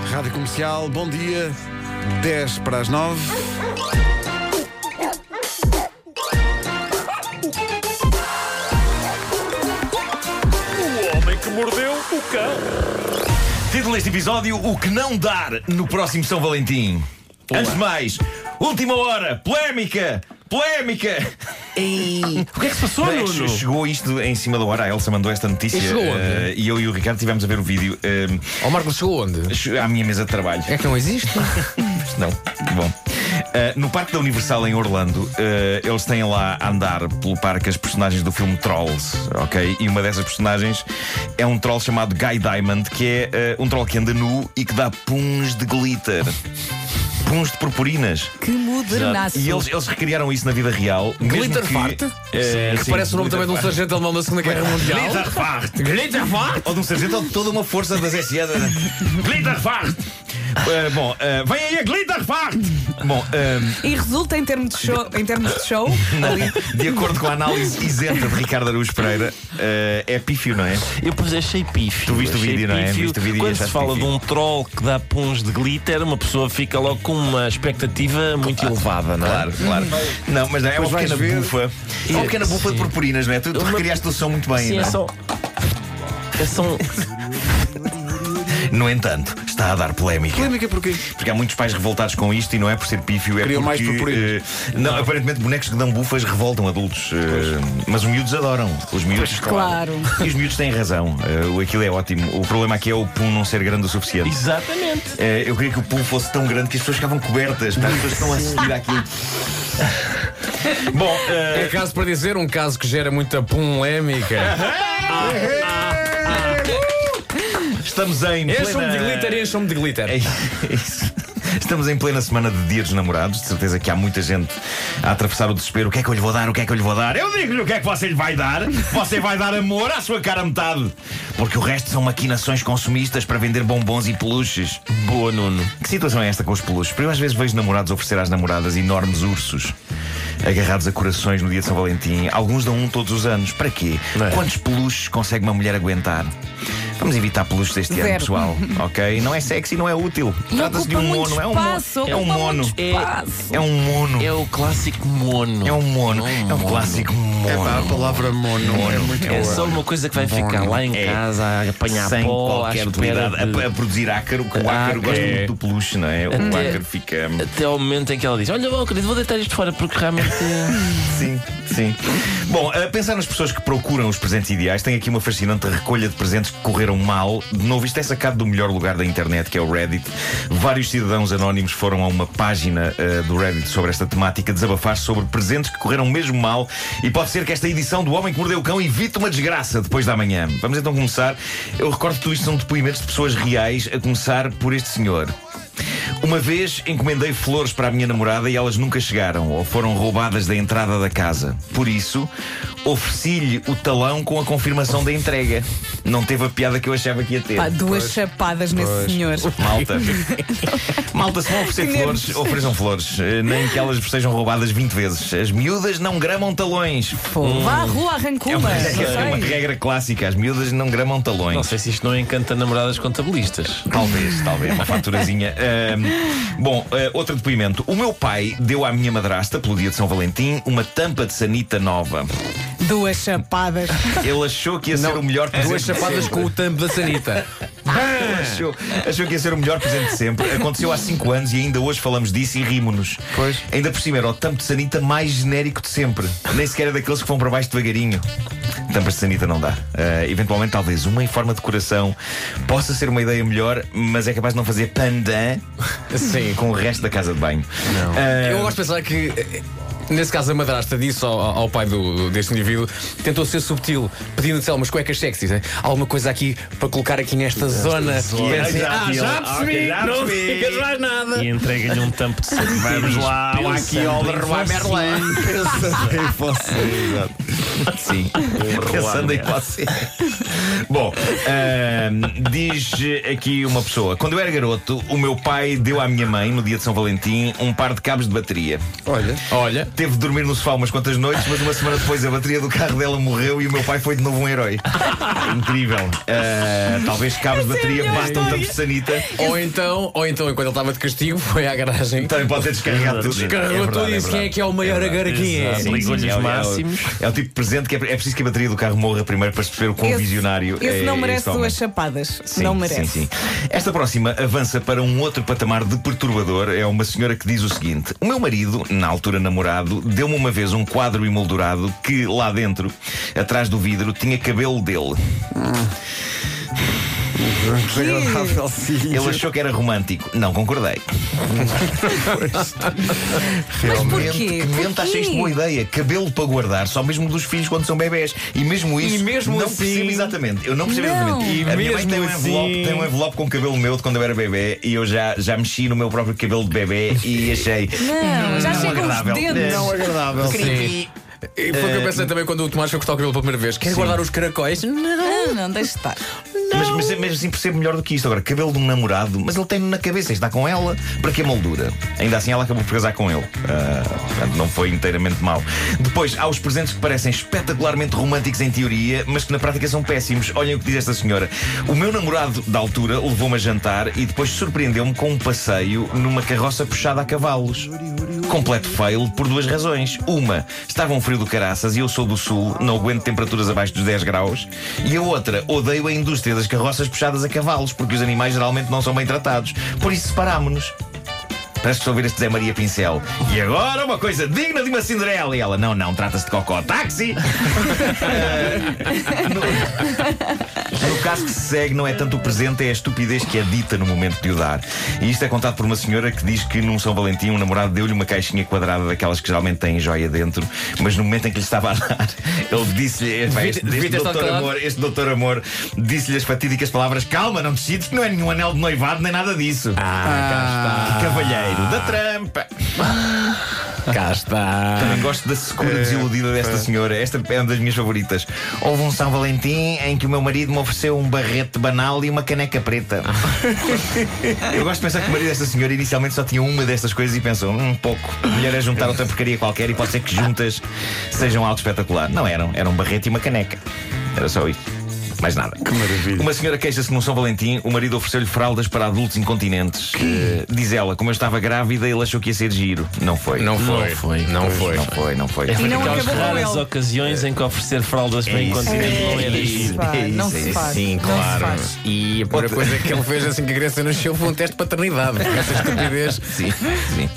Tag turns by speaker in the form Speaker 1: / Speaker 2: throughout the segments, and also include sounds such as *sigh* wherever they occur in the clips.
Speaker 1: Rádio Comercial, bom dia, 10 para as 9.
Speaker 2: O homem que mordeu o cão.
Speaker 3: Título deste episódio: O que não dar no próximo São Valentim. Antes de mais, última hora, polémica! Polémica! *laughs*
Speaker 2: O que é que se passou,
Speaker 3: É que che- Chegou isto em cima da hora, a Elsa mandou esta notícia.
Speaker 4: E chegou onde?
Speaker 3: eh, e eu e o Ricardo estivemos a ver o vídeo eh,
Speaker 4: Ó Marcos, chegou onde?
Speaker 3: che- à minha mesa de trabalho.
Speaker 4: É que não existe?
Speaker 3: Mas Não, que bom. Ah, no Parque da Universal em Orlando, ah, eles têm lá a andar pelo parque as personagens do filme Trolls, ok? E uma dessas personagens é um troll chamado Guy Diamond, que é ah, um troll que anda nu e que dá puns de glitter. Puns de purpurinas.
Speaker 5: Que modernaço.
Speaker 3: E eles, eles recriaram isso na vida real. mesmo
Speaker 4: Glitter
Speaker 3: que-
Speaker 4: Fart?
Speaker 3: Eh,
Speaker 4: É, que
Speaker 3: sim,
Speaker 4: parece o nome também
Speaker 3: Glitter
Speaker 4: de um
Speaker 3: Fart.
Speaker 4: sargento alemão da Segunda Guerra Mundial.
Speaker 3: Glitter Fart!
Speaker 4: Glitterfart?
Speaker 3: Ou de um sargento ou de toda uma força das SS. Glitterfart! Eh, bom, eh, vem aí a Glitterfart! Bom, ehm,
Speaker 5: E resulta em termos de show, em termos
Speaker 3: *laughs*
Speaker 5: de show ali,
Speaker 3: de acordo com a análise isenta de Ricardo Araújo Pereira, eh, é pífio, não é?
Speaker 6: Eu pus, achei pífio.
Speaker 3: Tu viste o
Speaker 6: Achei
Speaker 3: vídeo, não é?
Speaker 6: pífio.
Speaker 3: Viste o vídeo e
Speaker 6: Quando se
Speaker 3: achaste
Speaker 6: fala
Speaker 3: pífio.
Speaker 6: de um troll que dá puns de glitter, uma pessoa fica logo com uma expectativa muito elevada, não é?
Speaker 3: Claro, claro. Eh, Não, mas não, é uma
Speaker 1: vais
Speaker 3: pequena
Speaker 1: ver.
Speaker 3: bufa. É uma pequena bufa de purpurinas, não é? Tu, tu
Speaker 6: Uma-
Speaker 3: recriaste o som muito bem,
Speaker 6: Sim,
Speaker 3: não
Speaker 6: é
Speaker 3: é?
Speaker 6: só. É só um-
Speaker 3: No entanto, está a dar polémica.
Speaker 1: Polémica porquê?
Speaker 3: Porque há muitos pais revoltados com isto e não é por ser pífio, é
Speaker 1: Queriam mais
Speaker 3: porque.
Speaker 1: purpurinas.
Speaker 3: eh, não, aparentemente bonecos que dão bufas revoltam adultos. eh, mas os miúdos adoram. Os miúdos,
Speaker 5: claro.
Speaker 3: *laughs* E os miúdos têm razão. Eh, o aquilo é ótimo. O problema aqui é o pum não ser grande o suficiente.
Speaker 6: Exatamente.
Speaker 3: Eh, eu queria que o pulo fosse tão grande que as pessoas ficavam cobertas, para as pessoas estão a assistir àquilo. Bom, eh,
Speaker 4: É caso para dizer, um caso que gera muita *laughs* polémica.
Speaker 3: estamos em.
Speaker 4: Encham-me de
Speaker 3: plena-
Speaker 4: glitter e encham-me de
Speaker 3: É
Speaker 4: glitter.
Speaker 3: isso. Estamos em plena semana de Dia dos Namorados, de certeza que há muita gente a atravessar o desespero. O que é que eu lhe vou dar? O que é que eu lhe vou dar? Eu digo-lhe o que é que você lhe vai dar. Você vai dar amor à sua cara a metade. Porque o resto são maquinações consumistas para vender bombons e peluches.
Speaker 6: Boa, Nuno.
Speaker 3: Que situação é esta com os peluches? Porque eu às vezes vejo namorados oferecer às namoradas enormes ursos agarrados a corações no dia de São Valentim. Alguns dão um todos os anos. Para quê?
Speaker 6: é?
Speaker 3: Quantos peluches consegue uma mulher aguentar? Vamos evitar peluches este ano,
Speaker 5: Zero.
Speaker 3: pessoal. Ok? Não é sexy, não é útil.
Speaker 5: Não
Speaker 3: Trata-se de um
Speaker 5: ocupa muito
Speaker 3: mono. É um
Speaker 5: espaço,
Speaker 3: mono. É um
Speaker 5: ocupa
Speaker 3: mono.
Speaker 5: muito espaço.
Speaker 3: É um mono.
Speaker 6: É o clássico mono.
Speaker 3: É um mono.
Speaker 6: Não
Speaker 3: É um clássico
Speaker 1: É pá, a
Speaker 3: mono.
Speaker 1: palavra mono, é muito
Speaker 6: É
Speaker 1: boa.
Speaker 6: só uma coisa que vai ficar lá em
Speaker 3: É.
Speaker 6: casa a apanhar
Speaker 3: Sem
Speaker 6: pó, à
Speaker 3: qualquer
Speaker 6: espera
Speaker 3: utilidade.
Speaker 6: de-
Speaker 3: A, a produzir ácaro, que o ácaro
Speaker 6: Ácaro.
Speaker 3: gosta
Speaker 6: É.
Speaker 3: muito do peluche, não é? O
Speaker 6: Até-
Speaker 3: ácaro fica.
Speaker 6: Até ao momento em que ela diz: Olha, bom, querido, vou deitar isto fora
Speaker 3: *laughs*
Speaker 6: porque realmente.
Speaker 3: Sim, sim. Bom, a pensar nas pessoas que procuram os presentes ideais, tem aqui uma fascinante recolha de presentes que correram mal. De novo, isto é sacado do melhor lugar da internet, que é o Reddit. Vários cidadãos anónimos foram a uma página eh, do Reddit sobre esta temática, desabafar sobre presentes que correram mesmo mal. E pode ser que esta edição do Homem que Mordeu o Cão evite uma desgraça depois da manhã. Vamos então começar. Eu recordo que tudo isto são depoimentos de pessoas reais, a começar por este senhor. Uma vez encomendei flores para a minha namorada e elas nunca chegaram ou foram roubadas da entrada da casa. Por isso, ofereci-lhe o talão com a confirmação da entrega. Não teve a piada que eu achava que ia ter.
Speaker 5: pá, duas chapadas nesse senhor.
Speaker 3: Malta. Malta, se vão oferecer
Speaker 5: Que nervos.
Speaker 3: flores, ofereçam flores. Eh, Nem que elas vos sejam roubadas 20 vezes. As miúdas não gramam talões.
Speaker 5: Vá à rua, arranca
Speaker 3: É uma,
Speaker 5: uma.
Speaker 3: é uma regra clássica. As miúdas não gramam talões.
Speaker 6: Não sei se isto não encanta namoradas contabilistas.
Speaker 3: Talvez, talvez, uma faturazinha. Ahm, bom, eh, outro depoimento. O meu pai deu à minha madrasta, pelo dia de São Valentim, uma tampa de sanita nova.
Speaker 5: Duas chapadas.
Speaker 3: Ele achou que ia ser o melhor presente.
Speaker 4: Duas
Speaker 3: de
Speaker 4: chapadas
Speaker 3: sempre.
Speaker 4: com o tampo da sanita.
Speaker 3: Ele *laughs* achou, achou que ia ser o melhor presente de sempre. Aconteceu há 5 anos e ainda hoje falamos disso e rimo-nos.
Speaker 4: Pois.
Speaker 3: Ainda por cima era o tampo de sanita mais genérico de sempre. Nem sequer é daqueles que vão para baixo devagarinho. Tampas de sanita não dá. Ah, eventualmente, talvez uma em forma de coração possa ser uma ideia melhor, mas é capaz de não fazer pandan
Speaker 4: Sim.
Speaker 3: com o resto da casa de banho. Ah,
Speaker 4: Eu gosto de pensar que. eh, Nesse caso, a madrasta disse ao, ao pai do- deste indivíduo, tentou ser subtil, pedindo sei lá, umas cuecas sexys. Né? Há alguma coisa aqui para colocar aqui nesta zona. E é assim, ah, já percebi, não ficas mais nada.
Speaker 6: E entrega-lhe um tampo de cerveja. Vamos lá,
Speaker 3: Pensa em fosse. Exato. Sim, pensando em você. Bom, ahm, diz aqui uma pessoa: Quando eu era garoto, o meu pai deu à minha mãe, no dia de São Valentim, um par de cabos de bateria.
Speaker 1: Olha.
Speaker 4: Olha,
Speaker 3: Teve de dormir no sofá umas quantas noites, mas uma semana depois a bateria do carro dela morreu e o meu pai foi de novo um herói. Incrível. Ah, talvez cabos de
Speaker 5: Essa é a
Speaker 3: bateria
Speaker 5: melhor
Speaker 3: bastam
Speaker 5: história.
Speaker 3: tanto sanita.
Speaker 4: ou então, ou então, enquanto ele estava de castigo, foi à garagem.
Speaker 3: Também pode ter descarregado tudo.
Speaker 4: Descarregou
Speaker 3: É
Speaker 4: tudo
Speaker 3: verdade,
Speaker 4: e disse quem é
Speaker 3: verdade.
Speaker 4: que é o maior
Speaker 3: verdade.
Speaker 4: agarquinho.
Speaker 6: Exato.
Speaker 3: Sim,
Speaker 6: Ligou-lhe
Speaker 3: sim,
Speaker 6: os
Speaker 3: é o- é o-
Speaker 6: máximos.
Speaker 3: É o tipo de presente que é, é preciso que a bateria do carro morra primeiro para se perceber o quão
Speaker 5: Esse-
Speaker 3: visionário é.
Speaker 5: Esse não
Speaker 3: este
Speaker 5: merece
Speaker 3: homem.
Speaker 5: duas chapadas.
Speaker 3: Sim,
Speaker 5: não merece.
Speaker 3: Sim, sim. Esta próxima avança para um outro patamar de perturbador. É uma senhora que diz o seguinte: O meu marido, na altura namorado, deu-me uma vez um quadro emoldurado que lá dentro, atrás do vidro, tinha cabelo dele. É
Speaker 1: Desagradável, sim.
Speaker 3: Ele achou que era romântico. Não concordei.
Speaker 5: Mas
Speaker 3: Que
Speaker 5: porquê?
Speaker 3: momento achei isto boa
Speaker 5: Porquê?
Speaker 3: ideia? Cabelo para guardar, só mesmo dos filhos quando são bebés. E mesmo isso,
Speaker 4: mesmo
Speaker 3: não
Speaker 4: assim-
Speaker 3: percebo exatamente. Eu não percebo
Speaker 5: Não.
Speaker 3: exatamente.
Speaker 4: E
Speaker 3: a minha mãe
Speaker 4: mesmo
Speaker 3: tem um, envelope,
Speaker 4: assim-
Speaker 3: tem um envelope com cabelo meu de quando eu era bebê e eu já, já mexi no meu próprio cabelo de bebê e achei.
Speaker 5: Não, já chega
Speaker 3: é agradável.
Speaker 5: os dedos.
Speaker 3: Não
Speaker 1: agradável.
Speaker 4: Sim. E foi o que eu pensei também quando o Tomás foi cortar o cabelo pela primeira vez. Quer guardar os caracóis? Hum, Não.
Speaker 5: Não, não, deixa estar.
Speaker 3: Mas, mas mesmo assim percebo melhor do que isto. Agora, cabelo de um namorado, mas ele tem na cabeça, está com ela, para que a moldura? Ainda assim, ela acabou por casar com ele. Ah, portanto, não foi inteiramente mau. Depois, há os presentes que parecem espetacularmente românticos em teoria, mas que na prática são péssimos. Olhem o que diz esta senhora. O meu namorado, da altura, levou-me a jantar e depois surpreendeu-me com um passeio numa carroça puxada a cavalos. Completo fail por duas razões. Uma, estava um frio do caraças e eu sou do sul, não aguento temperaturas abaixo dos 10 graus. E a outra, odeio a indústria das carroças puxadas a cavalos, porque os animais geralmente não são bem tratados. Por isso separámo-nos. Parece que estou a ouvir este Zé Maria Pincel. E agora uma coisa digna de uma Cinderela. E ela, não, não, trata-se de cocó. Táxi! *laughs* Eh, No caso que se segue, não é tanto o presente, é a estupidez que é dita no momento de o dar. E isto é contado por uma senhora que diz que num São Valentim um namorado deu-lhe uma caixinha quadrada daquelas que geralmente têm joia dentro, mas no momento em que lhe estava a dar, ele disse-lhe: "Epá, Este,
Speaker 4: devia
Speaker 3: este,
Speaker 4: ter estado
Speaker 3: doutor
Speaker 4: calado."
Speaker 3: amor, este doutor amor disse-lhe as fatídicas palavras: Calma, não decides que não é nenhum anel de noivado nem nada disso. Ah, Cavalheiro da trampa.
Speaker 4: Cá está.
Speaker 3: Também gosto da secura desiludida desta senhora. Esta Ah. é uma das minhas favoritas. Houve um São Valentim em que o meu marido me ofereceu um barrete banal e uma caneca *laughs* preta. Eu gosto de pensar que o marido desta senhora inicialmente só tinha uma destas coisas e pensou: um pouco. Melhor é juntar outra porcaria qualquer e pode ser que juntas sejam algo espetacular. Não eram, era um barrete e uma caneca. Era só isso. Mais nada. Que maravilha. Uma senhora queixa-se num São Valentim, o marido ofereceu-lhe fraldas para adultos incontinentes. Eh, diz ela, como eu estava grávida, ele achou que ia ser giro. Não foi.
Speaker 4: Não foi.
Speaker 6: Não foi.
Speaker 4: Não
Speaker 3: Pois,
Speaker 4: foi. É
Speaker 3: Não foi, não foi.
Speaker 5: E não
Speaker 6: Aquelas
Speaker 5: acabou com
Speaker 6: raras
Speaker 5: ele.
Speaker 6: ocasiões em que oferecer fraldas para
Speaker 3: isso,
Speaker 6: incontinente
Speaker 3: é
Speaker 6: não era
Speaker 3: isso.
Speaker 6: giro.
Speaker 5: Pá,
Speaker 3: É
Speaker 5: não
Speaker 3: isso, é
Speaker 5: se
Speaker 3: isso.
Speaker 5: faz.
Speaker 3: Sim,
Speaker 5: não
Speaker 3: claro.
Speaker 5: Se faz.
Speaker 4: E a primeira coisa que ele fez assim que a criança nasceu foi um teste de paternidade. Essa estupidez.
Speaker 3: Sim, sim.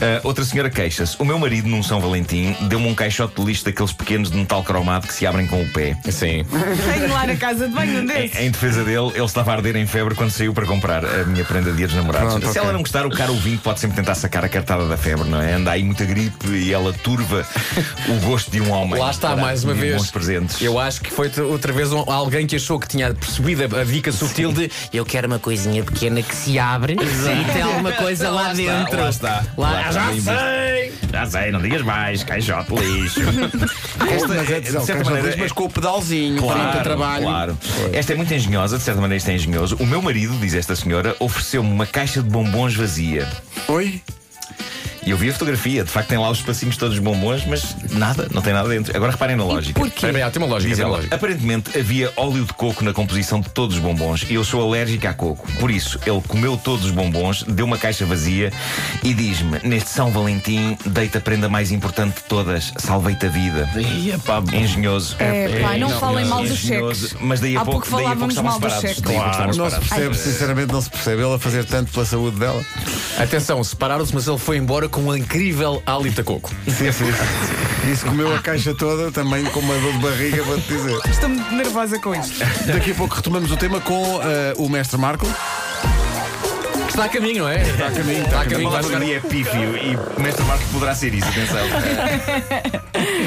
Speaker 3: Ah, outra senhora queixa-se. O meu marido, num São Valentim, deu-me um caixote de lixo daqueles pequenos de metal cromado que se abrem com o pé.
Speaker 4: Sim.
Speaker 5: Tenho lá na casa de banho um
Speaker 3: Em,
Speaker 5: desses.
Speaker 3: em defesa dele, ele estava a arder em febre quando saiu para comprar a minha prenda de dia dos namorados.
Speaker 1: Pronto,
Speaker 3: Se
Speaker 1: ok.
Speaker 3: ela não gostar, o caro ouvinte pode sempre tentar sacar a cartada da febre, não é? Anda aí muita gripe e ela turva o gosto de um homem.
Speaker 4: Lá está,
Speaker 3: Para
Speaker 4: mais uma
Speaker 3: adquirir
Speaker 4: vez.
Speaker 3: Bons presentes.
Speaker 4: Eu acho que foi outra- outra vez um- alguém que achou que tinha percebido a, a dica sutil de eu quero uma coisinha pequena que se abre e tem alguma coisa lá, dentro.
Speaker 3: Lá está.
Speaker 4: Lá-
Speaker 3: Lá está. sei! Já sei, não digas mais, caixote de lixo. *laughs* Esta,
Speaker 1: Mas é
Speaker 3: de
Speaker 1: dizer,
Speaker 3: certa
Speaker 1: o
Speaker 3: maneira,
Speaker 1: maneira, mas com o pedalzinho.
Speaker 3: Claro,
Speaker 1: Sim,
Speaker 4: trabalho.
Speaker 3: claro. Esta é muito engenhosa, de certa maneira isto é engenhoso. O meu marido, diz esta senhora, ofereceu-me uma caixa de bombons vazia.
Speaker 1: Oi?
Speaker 3: E eu vi a fotografia, de facto tem lá os espacinhos todos de bombons, mas nada, não tem nada dentro. Agora reparem na lógica.
Speaker 4: Espera aí, há- tem uma lógica,
Speaker 3: Diz
Speaker 4: tem uma
Speaker 3: ela,
Speaker 4: lógica.
Speaker 3: aparentemente havia óleo de coco na composição de todos os bombons e eu sou alérgico a coco. Por isso, ele comeu todos os bombons, deu uma caixa vazia e diz-me: Neste São Valentim, dei-te a prenda mais importante de todas, salvei-te a vida.
Speaker 6: Ia pá,
Speaker 3: Engenhoso.
Speaker 5: É, pá, não falem mal dos
Speaker 3: Engenhoso,
Speaker 5: cheques.
Speaker 3: Mas daí a
Speaker 5: Há
Speaker 3: pouco,
Speaker 5: pouco
Speaker 3: daí a pouco
Speaker 5: falávamos
Speaker 3: estavam
Speaker 5: mal dos
Speaker 3: separados.
Speaker 5: cheques.
Speaker 3: Daí a pouco estavam
Speaker 1: Não se
Speaker 3: separados.
Speaker 1: percebe, sinceramente, não se percebe ele a fazer tanto pela saúde dela.
Speaker 4: Atenção, separaram-se, mas ele foi embora com um incrível hálito a coco.
Speaker 1: Sim, sim. Isso comeu a caixa toda, também com uma dor de barriga, vou-te dizer.
Speaker 5: Estou muito nervosa com isto.
Speaker 1: Daqui a pouco retomamos o tema com eh, o mestre Marco.
Speaker 4: Que Está a caminho, não é? Está a caminho, está a
Speaker 3: A
Speaker 4: caminho. Vai
Speaker 3: palavra
Speaker 4: buscar...
Speaker 3: ali é pífio e Mestre Marcos poderá ser isso, atenção.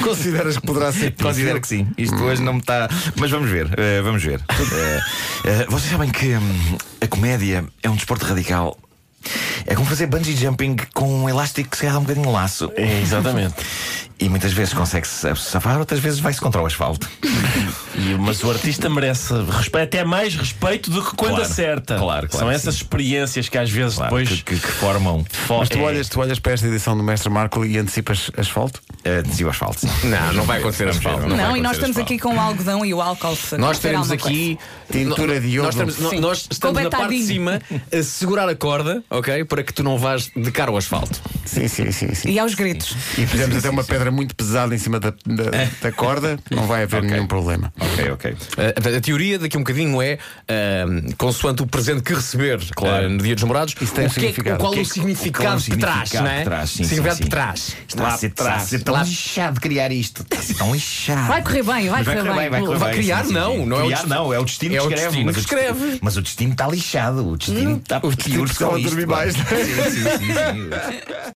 Speaker 1: Consideras que poderá ser possível?
Speaker 3: Considero que sim. Isto
Speaker 4: Hum.
Speaker 3: hoje não me está. Mas vamos ver, eh,
Speaker 4: *laughs*
Speaker 3: vamos ver. Eh, eh, vocês sabem que hum, a comédia é um desporto radical É como fazer bungee jumping com um elástico que se agarra um bocadinho laço.
Speaker 6: Exatamente.
Speaker 3: E muitas vezes consegue-se safar, outras vezes vai-se contra o asfalto.
Speaker 6: E, mas o artista merece respeito, até mais respeito do que quando
Speaker 3: Claro,
Speaker 6: acerta.
Speaker 3: claro, claro,
Speaker 6: São
Speaker 3: sim.
Speaker 6: essas experiências que às vezes
Speaker 3: Claro,
Speaker 6: depois.
Speaker 3: que, que- que formam.
Speaker 1: Mas tu olhas, tu olhas para esta edição do Mestre Marco e antecipas asfalto?
Speaker 3: eh, Desvio asfalto.
Speaker 4: Não, não vai acontecer a
Speaker 3: ver,
Speaker 4: falta.
Speaker 3: vamos
Speaker 5: Não,
Speaker 3: vai
Speaker 5: e nós
Speaker 3: acontecer
Speaker 5: estamos
Speaker 3: as
Speaker 5: aqui com o algodão e o álcool. se
Speaker 4: Nós
Speaker 5: acontecer
Speaker 4: temos
Speaker 5: alguma
Speaker 4: aqui.
Speaker 1: Tintura de
Speaker 4: Nós
Speaker 1: iodo.
Speaker 4: estamos, no-
Speaker 5: Sim.
Speaker 4: nós estamos na parte de
Speaker 5: Cobertadinho.
Speaker 4: cima a segurar a corda, ok? Para que tu não vás de cara ao asfalto.
Speaker 1: Sim, sim, sim, sim.
Speaker 5: E aos gritos.
Speaker 1: E fizemos até uma pedra muito pesada em cima da, da, da corda, não vai haver nenhum problema.
Speaker 3: Ok, ok.
Speaker 4: Uh, portanto, a teoria daqui a um bocadinho é um, consoante o presente que receber
Speaker 3: Claro.
Speaker 4: uh, no dia dos namorados,
Speaker 1: Isso tem
Speaker 4: o que é que-
Speaker 1: significado.
Speaker 4: qual
Speaker 1: O que
Speaker 4: o
Speaker 1: é que-
Speaker 3: qual é o
Speaker 4: significado de
Speaker 3: significado
Speaker 4: trás, não é?
Speaker 3: por trás, sim,
Speaker 4: significado
Speaker 3: sim,
Speaker 4: de
Speaker 3: sim.
Speaker 4: trás.
Speaker 3: Está a ser, Então, está a ser tão lixado criar isto. Está a ser tão lixado.
Speaker 5: Vai correr bem, vai correr bem.
Speaker 4: correr Vai criar, não, não é o
Speaker 3: criar,
Speaker 4: destino.
Speaker 3: não, é o destino
Speaker 4: É
Speaker 3: que
Speaker 4: o
Speaker 3: escreve.
Speaker 4: destino
Speaker 3: mas
Speaker 4: que
Speaker 3: o destino-
Speaker 4: escreve.
Speaker 3: Mas o destino tá está lixado. O destino está
Speaker 1: o destino
Speaker 3: pior
Speaker 1: precisava
Speaker 3: com isto,
Speaker 1: dormir
Speaker 3: pá.
Speaker 1: mais.
Speaker 4: *laughs*
Speaker 3: Sim, sim, sim. sim.